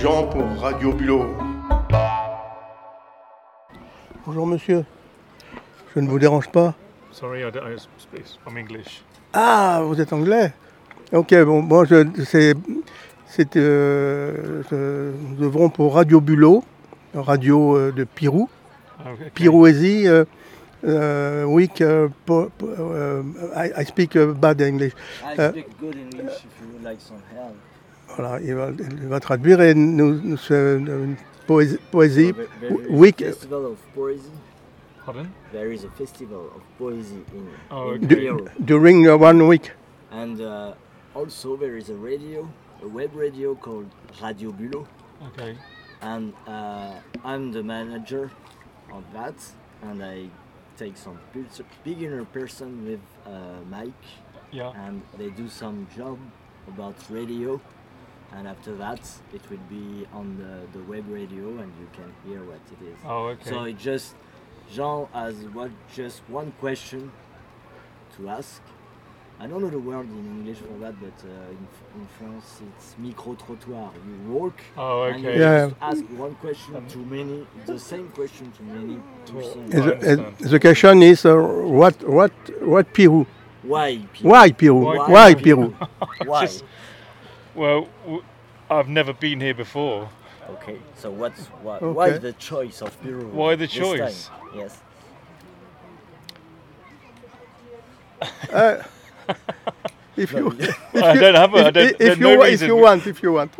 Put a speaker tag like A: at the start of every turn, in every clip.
A: Jean pour Radio Bulot. Bonjour monsieur, je ne vous dérange pas
B: Sorry, I don't I speak. I'm English.
A: Ah, vous êtes anglais Ok, bon, bon je- c'est... C'est... euh, je- nous œuvrons pour Radio Bulot, radio euh, de Pirou,
B: Oh, Okay.
A: Pirouésie, euh, euh, week, euh, po- po- euh, I, I speak uh, bad English.
C: I
A: Uh,
C: speak good English if you would like some help.
A: Voilà, il va, il va traduire et nous, nous faire une, une poésie,
B: Oh,
A: poésie.
C: There- there is
A: week-
C: a festival of poesy.
B: Pardon?
C: There is a festival of poesy in,
B: Oh,
C: in
B: okay.
C: Europe.
A: during uh, one week.
B: Oh,
C: And uh, also there is a radio, a web radio called Radio Bulot.
B: Okay.
C: And uh, I'm the manager of that. And I take some pers- beginner person with a mic
B: Yeah.
C: and they do some job about radio. And after that, it will be on the, the web radio and you can hear what it is.
B: Oh, okay.
C: So it just Jean has what just one question to ask. I don't know the word in English for that, but uh, in, in France it's micro trottoir. You walk
B: oh,
C: and you
B: okay.
A: Yeah.
C: just ask one question to many, the same question to many persons.
A: And
B: I
A: the, and
B: understand.
A: the question is uh, what what what Pirou?
C: Why? people?
A: Why Pirou?
B: Why
A: Why
C: people?
A: Pirou?
C: Why?
B: Just- Well, w- I've never been here before.
C: Okay. So what's why? Why
A: Okay.
C: the choice of Peru?
B: Why the
C: this
B: choice?
C: time? Yes.
A: If you
B: I don't have a. I
A: if,
B: don't,
A: if
B: there's
A: you
B: no
A: wa- if
B: reason.
A: you want if you want.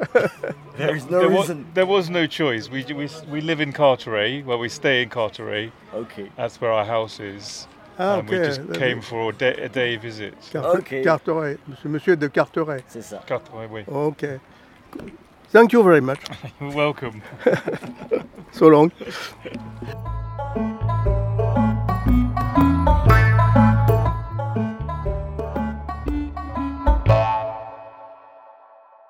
C: There is no
B: There, wa-
C: reason.
B: there was no choice. We, we, we live in Carteret, well, we stay in Carteret.
C: Okay.
B: That's where our house is.
A: Ah,
B: and we just
A: that'd be-
B: came for a day, a day visit.
A: Carte-
C: Okay.
A: Carteret, monsieur, monsieur de Carteret.
C: C'est ça.
B: Carteret, oui.
A: Okay. Thank you very much.
B: Welcome.
A: So long.